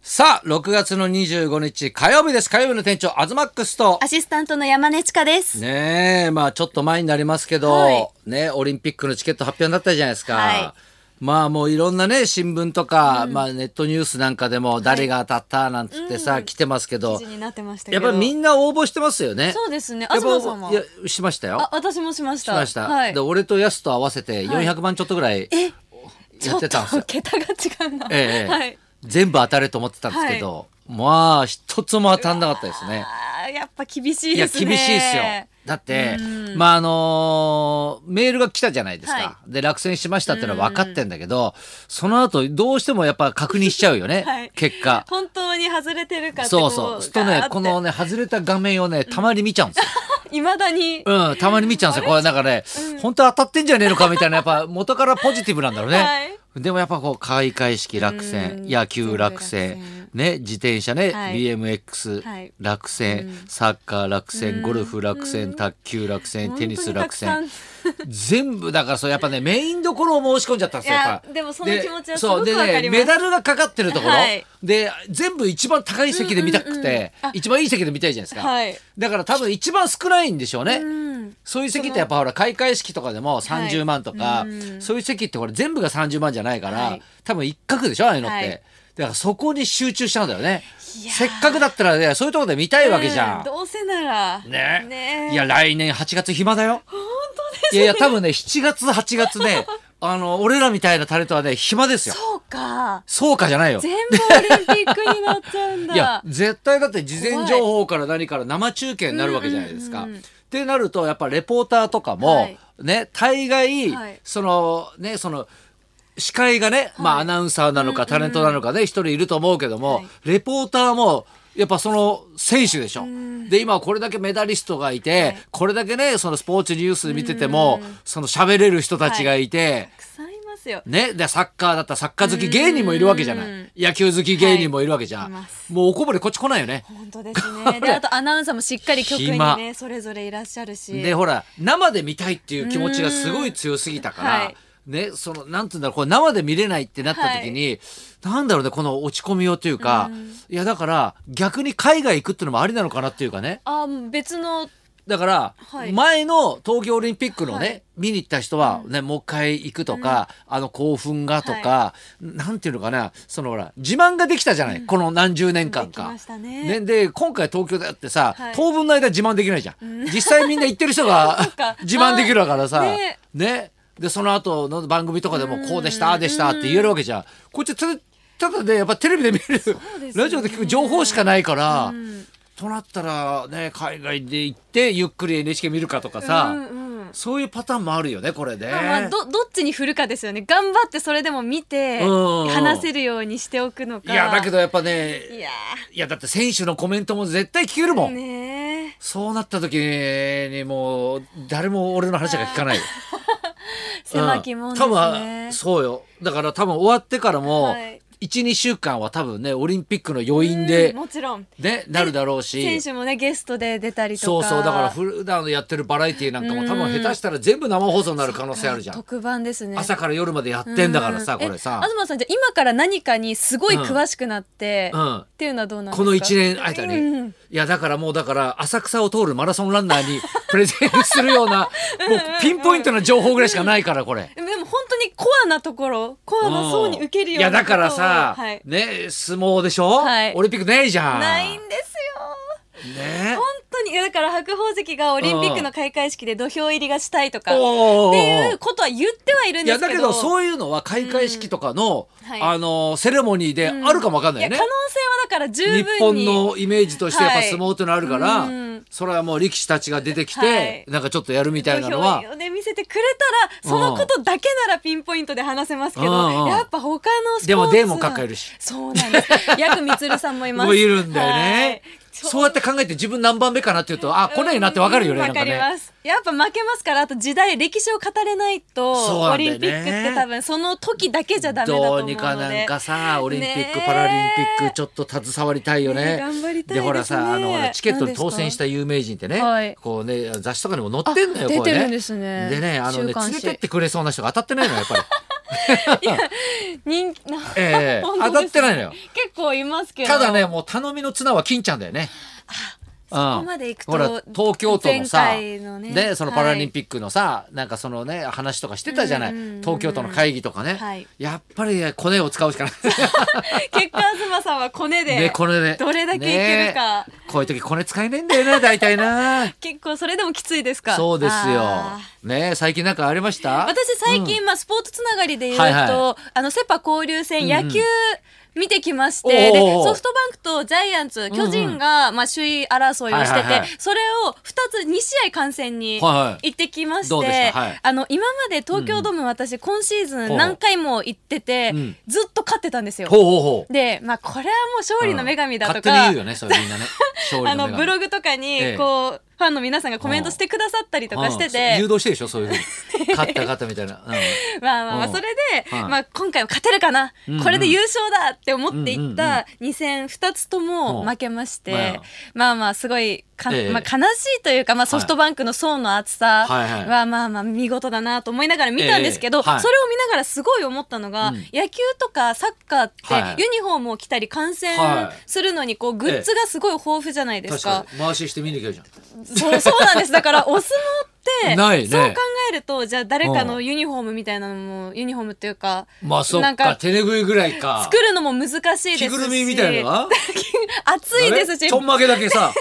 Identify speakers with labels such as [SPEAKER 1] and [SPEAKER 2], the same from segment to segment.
[SPEAKER 1] さあ、6月の25日火曜日です。火曜日の店長、アズマックスと。
[SPEAKER 2] アシスタントの山根千佳です。
[SPEAKER 1] ねえ、まあちょっと前になりますけど、
[SPEAKER 2] はい
[SPEAKER 1] ね、オリンピックのチケット発表になったじゃないですか。
[SPEAKER 2] はい
[SPEAKER 1] まあもういろんなね、新聞とか、まあネットニュースなんかでも誰が当たったなんつってさ、来てますけど
[SPEAKER 2] 記、事になってましたけ
[SPEAKER 1] やっ
[SPEAKER 2] ど。
[SPEAKER 1] ぱりみんな応募してますよね。
[SPEAKER 2] そうですね。
[SPEAKER 1] やっぱ。
[SPEAKER 2] 東さんはい
[SPEAKER 1] や、しましたよ。
[SPEAKER 2] あ、私もしまし。
[SPEAKER 1] したました。
[SPEAKER 2] はい
[SPEAKER 1] で、。俺とヤスと合わせて400万ちょっとぐらい
[SPEAKER 2] え、ち
[SPEAKER 1] や
[SPEAKER 2] ょ
[SPEAKER 1] っ
[SPEAKER 2] ってと
[SPEAKER 1] たんですよ。
[SPEAKER 2] 桁が違うな。
[SPEAKER 1] ええ
[SPEAKER 2] はい。
[SPEAKER 1] 全部当たれと思ってたんですけど、まあ一つも当たんなかったですね。
[SPEAKER 2] あーやっぱ厳しい
[SPEAKER 1] いや
[SPEAKER 2] ですね。
[SPEAKER 1] 厳しいですよ。だって、
[SPEAKER 2] うん
[SPEAKER 1] まああのーメールが来たじゃないですか、
[SPEAKER 2] は
[SPEAKER 1] で落選しましたってのは分かってんだけど、その後どうしてもやっぱ確認しちゃうよね、
[SPEAKER 2] はい
[SPEAKER 1] 結果。
[SPEAKER 2] 本当に外れてるかって
[SPEAKER 1] そ
[SPEAKER 2] こ
[SPEAKER 1] うそう。すると
[SPEAKER 2] ガーっ
[SPEAKER 1] ね
[SPEAKER 2] て
[SPEAKER 1] このね外れた画面をねたまに見ちゃうんですよ。
[SPEAKER 2] 未だに。
[SPEAKER 1] うん、たまに見ちゃうんですよ。これなんかね、本当当たってんじゃねえのかみたいな、やっぱ元からポジティブなんだろうね。
[SPEAKER 2] はい
[SPEAKER 1] でもやっぱこう、開会式落
[SPEAKER 2] う
[SPEAKER 1] 選、
[SPEAKER 2] ん
[SPEAKER 1] 野球落選
[SPEAKER 2] 全部落、
[SPEAKER 1] ね、自転車ね、
[SPEAKER 2] はい
[SPEAKER 1] BMX
[SPEAKER 2] はい
[SPEAKER 1] 落選、サッカー落選、ゴルフ落選、卓球落選、テニス落選
[SPEAKER 2] 本当に。たくさん
[SPEAKER 1] 全部だからそうやっ ぱねメインどころを申し込んじゃったんですよ
[SPEAKER 2] いや
[SPEAKER 1] やっぱ
[SPEAKER 2] でもその気持ちはすごく
[SPEAKER 1] そうで
[SPEAKER 2] わかります
[SPEAKER 1] メダルがかかってるところ、
[SPEAKER 2] はい
[SPEAKER 1] で全部一番高い席で見たくて、
[SPEAKER 2] うんうんうんあ
[SPEAKER 1] 一番いい席で見たいじゃないですか、
[SPEAKER 2] はい
[SPEAKER 1] だから多分一番少ないんでしょうね、
[SPEAKER 2] うん。
[SPEAKER 1] そういう席ってやっぱほら開会式とかでも30万とか、
[SPEAKER 2] はいうん
[SPEAKER 1] そういう席ってほら全部が30万じゃないから、
[SPEAKER 2] はい
[SPEAKER 1] 多分一角でしょああいうのって、
[SPEAKER 2] はい
[SPEAKER 1] だからそこに集中しちゃうんだよね
[SPEAKER 2] いやー
[SPEAKER 1] せっかくだったらねそういうところで見たいわけじゃ、
[SPEAKER 2] うんどうせなら。
[SPEAKER 1] ね
[SPEAKER 2] ねえ
[SPEAKER 1] いや来年8月暇だよ本当です、いやいや多分ね7月8月 ねあの俺らみたいなタレントはね暇ですよ
[SPEAKER 2] そうか。
[SPEAKER 1] そうかじゃないよ
[SPEAKER 2] 全部オリンピックになっちゃうん だ。
[SPEAKER 1] いや絶対だって事前情報から何から生中継になるわけじゃないですか。
[SPEAKER 2] うんうんうんうん
[SPEAKER 1] ってなるとやっぱレポーターとかも、
[SPEAKER 2] はい
[SPEAKER 1] ね大概、
[SPEAKER 2] はい
[SPEAKER 1] そのねその司会がね、まあアナウンサーなのかタレントなのかね一、人いると思うけども、
[SPEAKER 2] はい
[SPEAKER 1] レポーターもやっぱその選手でしょ。で今これだけメダリストがいて、
[SPEAKER 2] はい
[SPEAKER 1] これだけねそのスポーツニュース見てても、その喋れる人たちがいて。
[SPEAKER 2] たくさんいますよ。
[SPEAKER 1] ね、でサッカーだったらサッカー好き芸人もいるわけじゃな
[SPEAKER 2] う
[SPEAKER 1] い
[SPEAKER 2] ん
[SPEAKER 1] 野球好き芸人もいるわけじゃ
[SPEAKER 2] はい
[SPEAKER 1] ん、
[SPEAKER 2] います
[SPEAKER 1] もうおこぼれこっち来ないよね、
[SPEAKER 2] 本当です ね。で、あとアナウンサーもしっかり曲に
[SPEAKER 1] 暇
[SPEAKER 2] ね、それぞれいらっしゃるし。
[SPEAKER 1] でほら生で見たいっていう気持ちがすごい強すぎたから、
[SPEAKER 2] うんはい
[SPEAKER 1] ねそのなんていうんだろうこれ生で見れないってなった時に、なんだろうねこの落ち込みをというか、いやだから逆に海外行くっていうのもありなのかなっていうかね
[SPEAKER 2] あ、もう別の、
[SPEAKER 1] だから、
[SPEAKER 2] はい
[SPEAKER 1] 前の東京オリンピックのね、
[SPEAKER 2] はい
[SPEAKER 1] 見に行った人は、ねもう一回行くとか、あの興奮がとか、なんていうのかなそのほら自慢ができたじゃない、この何十年間
[SPEAKER 2] できま
[SPEAKER 1] か
[SPEAKER 2] し。たね
[SPEAKER 1] で今回東京だってさ、
[SPEAKER 2] はい
[SPEAKER 1] 当分の間自慢できないじゃん、実際みんな行ってる人が
[SPEAKER 2] か
[SPEAKER 1] 自慢できるわからさ、
[SPEAKER 2] はいね
[SPEAKER 1] ねでその後の番組とかでもこうでしたああでしたって言えるわけじゃんこっちただただねやっぱテレビで見る、
[SPEAKER 2] ですよね
[SPEAKER 1] ラジオで聞く情報しかないから。
[SPEAKER 2] うん、
[SPEAKER 1] となったらね海外で行ってゆっくり NHK 見るかとかさ、
[SPEAKER 2] うんうん
[SPEAKER 1] そういうパターンもあるよねこれね。
[SPEAKER 2] まあまあ、ど、どっちに振るかですよね。頑張ってそれでも見て、
[SPEAKER 1] うん
[SPEAKER 2] 話せるようにしておくの
[SPEAKER 1] い
[SPEAKER 2] か。
[SPEAKER 1] やだけどやっぱ
[SPEAKER 2] い
[SPEAKER 1] ね
[SPEAKER 2] や
[SPEAKER 1] いやだって選手のコメントも絶対聞けるも
[SPEAKER 2] ー。
[SPEAKER 1] ん、
[SPEAKER 2] ねえ
[SPEAKER 1] そうなった時にもう誰も俺の話が聞かないよ。
[SPEAKER 2] 狭き門です
[SPEAKER 1] うん多分
[SPEAKER 2] ね。
[SPEAKER 1] そうよだから多分終わってからも
[SPEAKER 2] はい
[SPEAKER 1] 12、週間は多分ねオリンピックの余韻で
[SPEAKER 2] うん、もちろん。
[SPEAKER 1] ねなるだろうし。
[SPEAKER 2] 選手もね、ゲストで出たりとか。
[SPEAKER 1] そうそうだから普段やってるバラエティーなんかも多分下手したら全部生放送になる可能性あるじゃん。
[SPEAKER 2] 特番ですね。
[SPEAKER 1] 朝から夜までやってんだからさ、
[SPEAKER 2] うんうん
[SPEAKER 1] これさ
[SPEAKER 2] え、東さんじゃあ今から何かにすごい詳しくなって、
[SPEAKER 1] うん
[SPEAKER 2] っていうのはどうなんですか
[SPEAKER 1] この1年あたり、
[SPEAKER 2] うん
[SPEAKER 1] いやだからもうだから浅草を通るマラソンランナーに プレゼンするようなもうピンポイントな情報ぐらいしかないからこれ。
[SPEAKER 2] でも本当にコアなところコアな層に受けるような
[SPEAKER 1] うんいやだから
[SPEAKER 2] ことを
[SPEAKER 1] さ、
[SPEAKER 2] はい、
[SPEAKER 1] ね相撲でしょ、
[SPEAKER 2] はい
[SPEAKER 1] オリンピックないじゃん。
[SPEAKER 2] ないん
[SPEAKER 1] ね
[SPEAKER 2] ですよ本当にいやだから白鵬関がオリンピックの開会式で土俵入りがしたいとかっ
[SPEAKER 1] おー
[SPEAKER 2] ていうことは言ってはいるん
[SPEAKER 1] い
[SPEAKER 2] で
[SPEAKER 1] や
[SPEAKER 2] すけ
[SPEAKER 1] だ
[SPEAKER 2] ど
[SPEAKER 1] けどそういうのは開会式とかの、
[SPEAKER 2] うんはい
[SPEAKER 1] あのセレモニーであるかもわかんないよね。
[SPEAKER 2] いや可能性はだから十分に
[SPEAKER 1] 日本のイメージとしてやっぱ相撲ってのあるから、
[SPEAKER 2] はいうん
[SPEAKER 1] それはもう力士たちが出てきて、
[SPEAKER 2] はい
[SPEAKER 1] なんかちょっとやるみたいなのは
[SPEAKER 2] 土俵をね見せてくれたらそのことだけならピンポイントで話せますけ
[SPEAKER 1] うんう
[SPEAKER 2] ど
[SPEAKER 1] ん
[SPEAKER 2] やっぱ他のスポーツ
[SPEAKER 1] でもデーモン
[SPEAKER 2] か
[SPEAKER 1] 閣下いるし
[SPEAKER 2] そうなんです ヤクミツルさんもいます
[SPEAKER 1] もういるんだよね、
[SPEAKER 2] はい
[SPEAKER 1] そうやって考えて自分何番目かなっていうとあ来ないなってわかるよね、
[SPEAKER 2] う
[SPEAKER 1] な
[SPEAKER 2] ん
[SPEAKER 1] ん
[SPEAKER 2] わ
[SPEAKER 1] か
[SPEAKER 2] かり
[SPEAKER 1] ね。
[SPEAKER 2] ます。やっぱ負けますから、あと時代、歴史を語れないと、
[SPEAKER 1] そうな
[SPEAKER 2] オ
[SPEAKER 1] んだよね
[SPEAKER 2] リンピックって多分その時だけじゃダメだと
[SPEAKER 1] ど
[SPEAKER 2] 思う
[SPEAKER 1] う
[SPEAKER 2] ので。
[SPEAKER 1] にかなんかさオリンピック、
[SPEAKER 2] ねえ
[SPEAKER 1] パラリンピックちょっと携わりたいよね。
[SPEAKER 2] ね頑張りたいですね
[SPEAKER 1] でほらさあのほらチケットに当選した有名人ってね、
[SPEAKER 2] 何ですか
[SPEAKER 1] こうね雑誌とかにも載ってんのよ
[SPEAKER 2] あ
[SPEAKER 1] こうね
[SPEAKER 2] 出てるんですね
[SPEAKER 1] でねあのね
[SPEAKER 2] 週刊
[SPEAKER 1] 連
[SPEAKER 2] 誌
[SPEAKER 1] れてってくれそうな人が当たってないのよやっぱり。
[SPEAKER 2] 人気な
[SPEAKER 1] ええ
[SPEAKER 2] 本
[SPEAKER 1] 当
[SPEAKER 2] 当
[SPEAKER 1] た
[SPEAKER 2] で
[SPEAKER 1] っ
[SPEAKER 2] すね
[SPEAKER 1] てないのよ。
[SPEAKER 2] 結構いますけど
[SPEAKER 1] ただね、もう頼みの綱は金ちゃんだよね。
[SPEAKER 2] そこ
[SPEAKER 1] うん
[SPEAKER 2] まで行くと
[SPEAKER 1] ほら東京都のさ、
[SPEAKER 2] 前回のね
[SPEAKER 1] でそのパラリン
[SPEAKER 2] ッ
[SPEAKER 1] ピックのさ、なんかそのね話とかしてたじゃない、
[SPEAKER 2] うんうんうん
[SPEAKER 1] 東京都の会議とかね、
[SPEAKER 2] はい
[SPEAKER 1] やっぱりコネを使うし かない
[SPEAKER 2] ク、結果東さんはコネで
[SPEAKER 1] ねコネで
[SPEAKER 2] どれだけいけるか、
[SPEAKER 1] ねこういう時コネ使えないんだよな大体な
[SPEAKER 2] 結構 それでもきついですか
[SPEAKER 1] そうですよ
[SPEAKER 2] あー
[SPEAKER 1] ね最近なんかありました
[SPEAKER 2] 私最近、まあスポーツつながりで言うと、
[SPEAKER 1] はいは
[SPEAKER 2] あのセパ交流戦
[SPEAKER 1] うんうん
[SPEAKER 2] 野球見てきまして、
[SPEAKER 1] おうおうおう
[SPEAKER 2] でソフトバンクとジャイアンツ、巨人が、まあ首位争いをしてて、
[SPEAKER 1] はいはいはい
[SPEAKER 2] それを二つ二試合観戦に
[SPEAKER 1] はいはい
[SPEAKER 2] 行ってきまして、
[SPEAKER 1] どうでしたはい
[SPEAKER 2] あの今まで東京ドーム、私今シーズ
[SPEAKER 1] ほう
[SPEAKER 2] ン何回も行ってて、
[SPEAKER 1] うん
[SPEAKER 2] ずっと勝ってたんですよ。
[SPEAKER 1] ほうほうほう
[SPEAKER 2] で、まあこれはもう勝利の女神だと
[SPEAKER 1] 勝手に
[SPEAKER 2] か、
[SPEAKER 1] 言うよねそれみんなね勝
[SPEAKER 2] あ
[SPEAKER 1] 利の女
[SPEAKER 2] の
[SPEAKER 1] 神
[SPEAKER 2] ブログとかに
[SPEAKER 1] ええ
[SPEAKER 2] こう、ファンの皆さんがコメントしてくださったりとかしてて、
[SPEAKER 1] うん誘導してるでしょそういうふう に勝った勝ったみたいな、うん
[SPEAKER 2] まあまあまあ
[SPEAKER 1] うん
[SPEAKER 2] それで、
[SPEAKER 1] はい
[SPEAKER 2] まあ今回は勝てるかな、
[SPEAKER 1] うんうん
[SPEAKER 2] これで優勝だって思っていっ
[SPEAKER 1] うんうんうん
[SPEAKER 2] た2戦2つとも負けまして、
[SPEAKER 1] うんまあ
[SPEAKER 2] まあまあすごいか、
[SPEAKER 1] ええ
[SPEAKER 2] まあ、悲しいというか、まあ、ソフトバンクの層の厚さ
[SPEAKER 1] はいはい
[SPEAKER 2] はまあまあ見事だなと思いながら見たんですけど、
[SPEAKER 1] ええはい
[SPEAKER 2] それを見ながらすごい思ったのが、
[SPEAKER 1] うん
[SPEAKER 2] 野球とかサッカーっ
[SPEAKER 1] はい
[SPEAKER 2] てユニフォームを着たり観戦
[SPEAKER 1] はい
[SPEAKER 2] するのにこうグッズがすごい豊富じゃないで
[SPEAKER 1] 確
[SPEAKER 2] すか。
[SPEAKER 1] かに回しして見に行けるじゃん
[SPEAKER 2] そうそうなんです だからお相撲って
[SPEAKER 1] ないね
[SPEAKER 2] そう考えるとじゃあ誰かのユニフォームみたいなのもユニフォームっていうか
[SPEAKER 1] まあそ
[SPEAKER 2] な
[SPEAKER 1] っ
[SPEAKER 2] んか
[SPEAKER 1] か手拭いぐらいか
[SPEAKER 2] 作るのも難しいですし
[SPEAKER 1] 着ぐるみみたいなのは
[SPEAKER 2] 暑いですし
[SPEAKER 1] ちょんまげだけ さ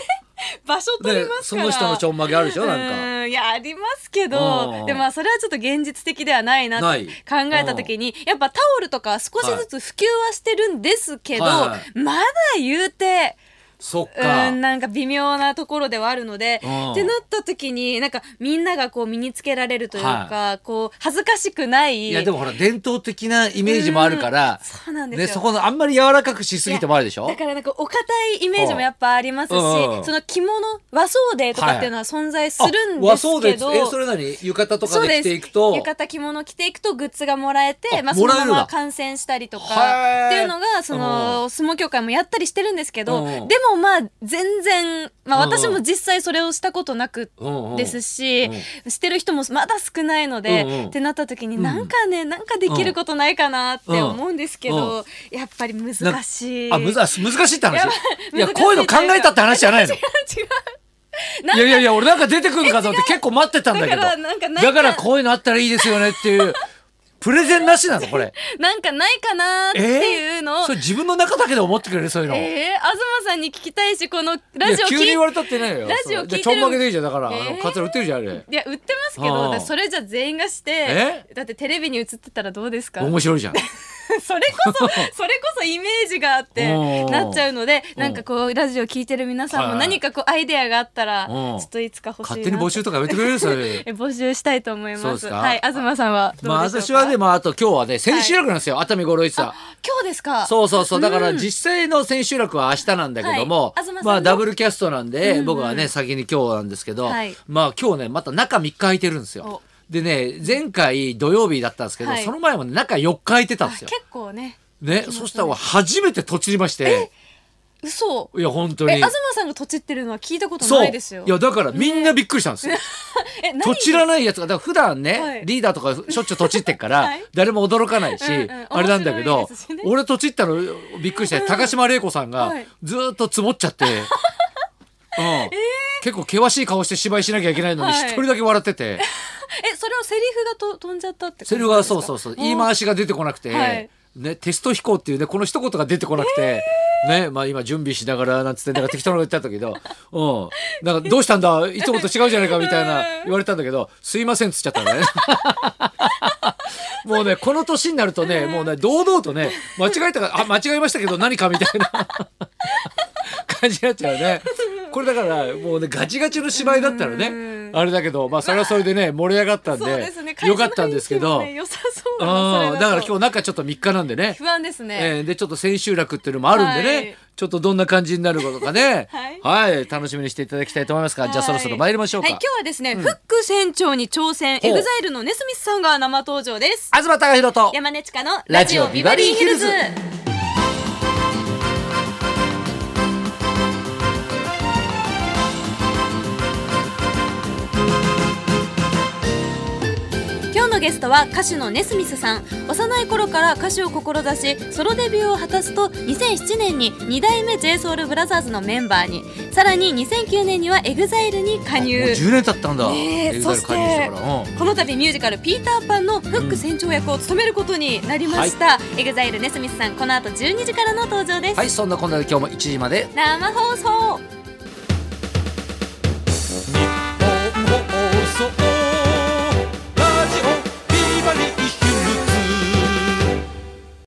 [SPEAKER 2] 場所取り
[SPEAKER 1] で
[SPEAKER 2] ます
[SPEAKER 1] そ
[SPEAKER 2] から
[SPEAKER 1] の人のちょんまげあるでしょなんか
[SPEAKER 2] うんいやありますけ
[SPEAKER 1] うん
[SPEAKER 2] どでもまあそれはちょっと現実的ではないな
[SPEAKER 1] な
[SPEAKER 2] っ
[SPEAKER 1] い
[SPEAKER 2] て考えた時にやっぱタオルとか少しずつ普及はしてるんですけど、
[SPEAKER 1] はいは
[SPEAKER 2] まだ言うて
[SPEAKER 1] そっか
[SPEAKER 2] うんなんか微妙なところではあるのでって
[SPEAKER 1] うん
[SPEAKER 2] なった時になんかみんながこう身につけられるというか、
[SPEAKER 1] は
[SPEAKER 2] こう恥ずかしくない
[SPEAKER 1] いやでもほら伝統的なイメージもあるから
[SPEAKER 2] そうなんですよ、
[SPEAKER 1] ねそこのあんまり柔らかくしすぎてもあるでしょ
[SPEAKER 2] だからなんかお堅いイメージもやっぱありますし、
[SPEAKER 1] うんうん
[SPEAKER 2] その着物和装デーとかっていうのは存在するん
[SPEAKER 1] あ和
[SPEAKER 2] です
[SPEAKER 1] 装
[SPEAKER 2] け
[SPEAKER 1] で
[SPEAKER 2] ど、
[SPEAKER 1] えそれなり浴衣と
[SPEAKER 2] そ
[SPEAKER 1] か
[SPEAKER 2] う
[SPEAKER 1] で着
[SPEAKER 2] です
[SPEAKER 1] ていくと
[SPEAKER 2] 浴衣着物着ていくとグッズがもらえて
[SPEAKER 1] あ
[SPEAKER 2] まあ、そ
[SPEAKER 1] も
[SPEAKER 2] の
[SPEAKER 1] らえるんだ
[SPEAKER 2] まま観戦したりとか
[SPEAKER 1] へー
[SPEAKER 2] っていうのがその、相撲協会もやったりしてるんですけど、
[SPEAKER 1] うんうん
[SPEAKER 2] でもまあ全然、まあ、
[SPEAKER 1] うんうん
[SPEAKER 2] 私も実際それをしたことなく
[SPEAKER 1] うんうん
[SPEAKER 2] ですし、
[SPEAKER 1] うん
[SPEAKER 2] してる人もまだ少ないので、
[SPEAKER 1] うんうん
[SPEAKER 2] ってなった時に
[SPEAKER 1] ん
[SPEAKER 2] なんかね、なんかできることないかなって思うんですけど、やっぱり難しい。
[SPEAKER 1] あむずあ難しいって
[SPEAKER 2] や
[SPEAKER 1] 話
[SPEAKER 2] ば
[SPEAKER 1] いや
[SPEAKER 2] 難しい
[SPEAKER 1] こういうの考えたって話じゃないの
[SPEAKER 2] 違う
[SPEAKER 1] いやいやいや俺なんか出てくるかと思って結構待ってたんだけど
[SPEAKER 2] だからなんかない
[SPEAKER 1] だからこういうのあったらいいですよねって いうプレゼンなしなのこれ
[SPEAKER 2] なんかないかなっていうのを、
[SPEAKER 1] それ自分の中だけで思ってくれるそういうの、
[SPEAKER 2] えー東さんに聞きたいしこのラジオ
[SPEAKER 1] いや急
[SPEAKER 2] 聞
[SPEAKER 1] に
[SPEAKER 2] い
[SPEAKER 1] 言われたってないよ
[SPEAKER 2] ラジオ聞いてる
[SPEAKER 1] ちょんまげでいいじゃんだから、
[SPEAKER 2] えー
[SPEAKER 1] あのカツラ売ってるじゃんあれ
[SPEAKER 2] いや売ってますけ
[SPEAKER 1] ああ
[SPEAKER 2] どだそれじゃ全員がして
[SPEAKER 1] え
[SPEAKER 2] だってテレビに映ってたらどうですかそれ
[SPEAKER 1] 面白いじゃん
[SPEAKER 2] こ そそれこそイメージがあって
[SPEAKER 1] おう
[SPEAKER 2] なっちゃうのでなんかこうラジオ聞いてる皆さん
[SPEAKER 1] は
[SPEAKER 2] も
[SPEAKER 1] いはい
[SPEAKER 2] 何かこうアイデアがあったらち
[SPEAKER 1] お
[SPEAKER 2] ょ
[SPEAKER 1] う
[SPEAKER 2] っといつか欲しいな
[SPEAKER 1] 勝手に募集とかやめてくれるそれ
[SPEAKER 2] え募集したいと思い
[SPEAKER 1] そう
[SPEAKER 2] ま
[SPEAKER 1] ですすか
[SPEAKER 2] はい東さんはど
[SPEAKER 1] まあ
[SPEAKER 2] うでしょうか
[SPEAKER 1] 私はでもあと今日はね千秋楽なんですよ、熱海五郎一さん
[SPEAKER 2] 今日ですか
[SPEAKER 1] そうそうそうだから実際の千秋楽は明日なんだけども、
[SPEAKER 2] はい東さんの
[SPEAKER 1] まあダブルキャストなんで、
[SPEAKER 2] うんうん
[SPEAKER 1] 僕はね先に今日なんですけど、
[SPEAKER 2] はい
[SPEAKER 1] まあ今日ねまた中3日空いてるんですよ
[SPEAKER 2] お
[SPEAKER 1] でね前回土曜日だったんですけど、
[SPEAKER 2] はい
[SPEAKER 1] その前もね中4日空いてたん
[SPEAKER 2] あ
[SPEAKER 1] ですよ
[SPEAKER 2] 結構ね
[SPEAKER 1] ねそしたら俺初めてとちりまして
[SPEAKER 2] 嘘
[SPEAKER 1] いや本当
[SPEAKER 2] え
[SPEAKER 1] に
[SPEAKER 2] 東さんがとちってるのは聞いたこと
[SPEAKER 1] そう
[SPEAKER 2] ないですよ
[SPEAKER 1] いやだからみんなびっくりしたんですよ、
[SPEAKER 2] え何
[SPEAKER 1] とちらないやつがだから普段ね、
[SPEAKER 2] はい
[SPEAKER 1] リーダーとかしょっちゅうとちってっから、
[SPEAKER 2] はい
[SPEAKER 1] 誰も驚かないし、
[SPEAKER 2] うんうん
[SPEAKER 1] あれなんだけど、
[SPEAKER 2] 面白いですしね
[SPEAKER 1] 俺とちったのびっくりして、高島玲子さんが
[SPEAKER 2] はい
[SPEAKER 1] ずーっとつぼっちゃ って、うん結構険しい顔して芝居しなきゃいけないのに
[SPEAKER 2] はい
[SPEAKER 1] 一人だけ笑ってて、
[SPEAKER 2] えそれをセリフがと飛んじゃったって
[SPEAKER 1] セリフがそうそうそう言い
[SPEAKER 2] し
[SPEAKER 1] 回しが出てこなくて、
[SPEAKER 2] はい
[SPEAKER 1] ね、テスト飛行っていうねこの一言が出てこなくて、ねまあ、今準備しながらなんつってなんか適当なこと言ったんだけど 「うん、なんかどうしたんだいつもと違うじゃないか」みたいな
[SPEAKER 2] うん
[SPEAKER 1] 言われたんだけど「すいません」っつっちゃったん だね。もうねこの年になるとねもうね堂々とね間違えたかあ間違えましたけど何かみたいな 感じになっちゃうね。これだからもうねガチガチの芝居だったら
[SPEAKER 2] う
[SPEAKER 1] ね
[SPEAKER 2] ん
[SPEAKER 1] あれだけどまあそれはそれでね盛り上がったん
[SPEAKER 2] そうですね
[SPEAKER 1] でよかったんですけど
[SPEAKER 2] 会社の雰囲気も。ね良さ そうな
[SPEAKER 1] あ
[SPEAKER 2] の
[SPEAKER 1] あだから
[SPEAKER 2] 日
[SPEAKER 1] 今日なんかちょっと3日なんでね、
[SPEAKER 2] 不安ですね、
[SPEAKER 1] えーでちょっと千秋楽っていうのもあるんでね、
[SPEAKER 2] はい
[SPEAKER 1] ちょっとどんな感じになることかね
[SPEAKER 2] はい
[SPEAKER 1] 楽しみにしていただきたいと思いますが、じゃあそろそろ
[SPEAKER 2] はい
[SPEAKER 1] 参りましょうか、
[SPEAKER 2] はい、今日はですね、フック船長に挑戦
[SPEAKER 1] ほう
[SPEAKER 2] EXILE のネスミスさんが生登場です
[SPEAKER 1] 東貴博と
[SPEAKER 2] 山根千佳の
[SPEAKER 1] ラ
[SPEAKER 2] ラ
[SPEAKER 1] ジ
[SPEAKER 2] ジ
[SPEAKER 1] オ
[SPEAKER 2] オ
[SPEAKER 1] ビ
[SPEAKER 2] ビ
[SPEAKER 1] バ
[SPEAKER 2] バ
[SPEAKER 1] リ
[SPEAKER 2] リ
[SPEAKER 1] ー
[SPEAKER 2] ー
[SPEAKER 1] ヒ
[SPEAKER 2] ヒ
[SPEAKER 1] ル
[SPEAKER 2] ル
[SPEAKER 1] ズ
[SPEAKER 2] ズ今日のゲストは歌手のネスミスさん幼い頃から歌手を志しソロデビューを果たすと2007年に2代目 j s o u l b r o t h e r のメンバーにさらに2009年には EXILE に加
[SPEAKER 3] もう
[SPEAKER 2] 入
[SPEAKER 3] 10年経ったんだ、
[SPEAKER 2] ねえ
[SPEAKER 3] EXILE
[SPEAKER 2] そして
[SPEAKER 3] 加入してから、うん
[SPEAKER 2] この度ミュージカル「ピーター・パン」のフック船長役を務めることになりました、EXILE ネスミスさんこの後12時からの登場です、
[SPEAKER 3] はいそんなこんなで今日も1時まで
[SPEAKER 2] 生放送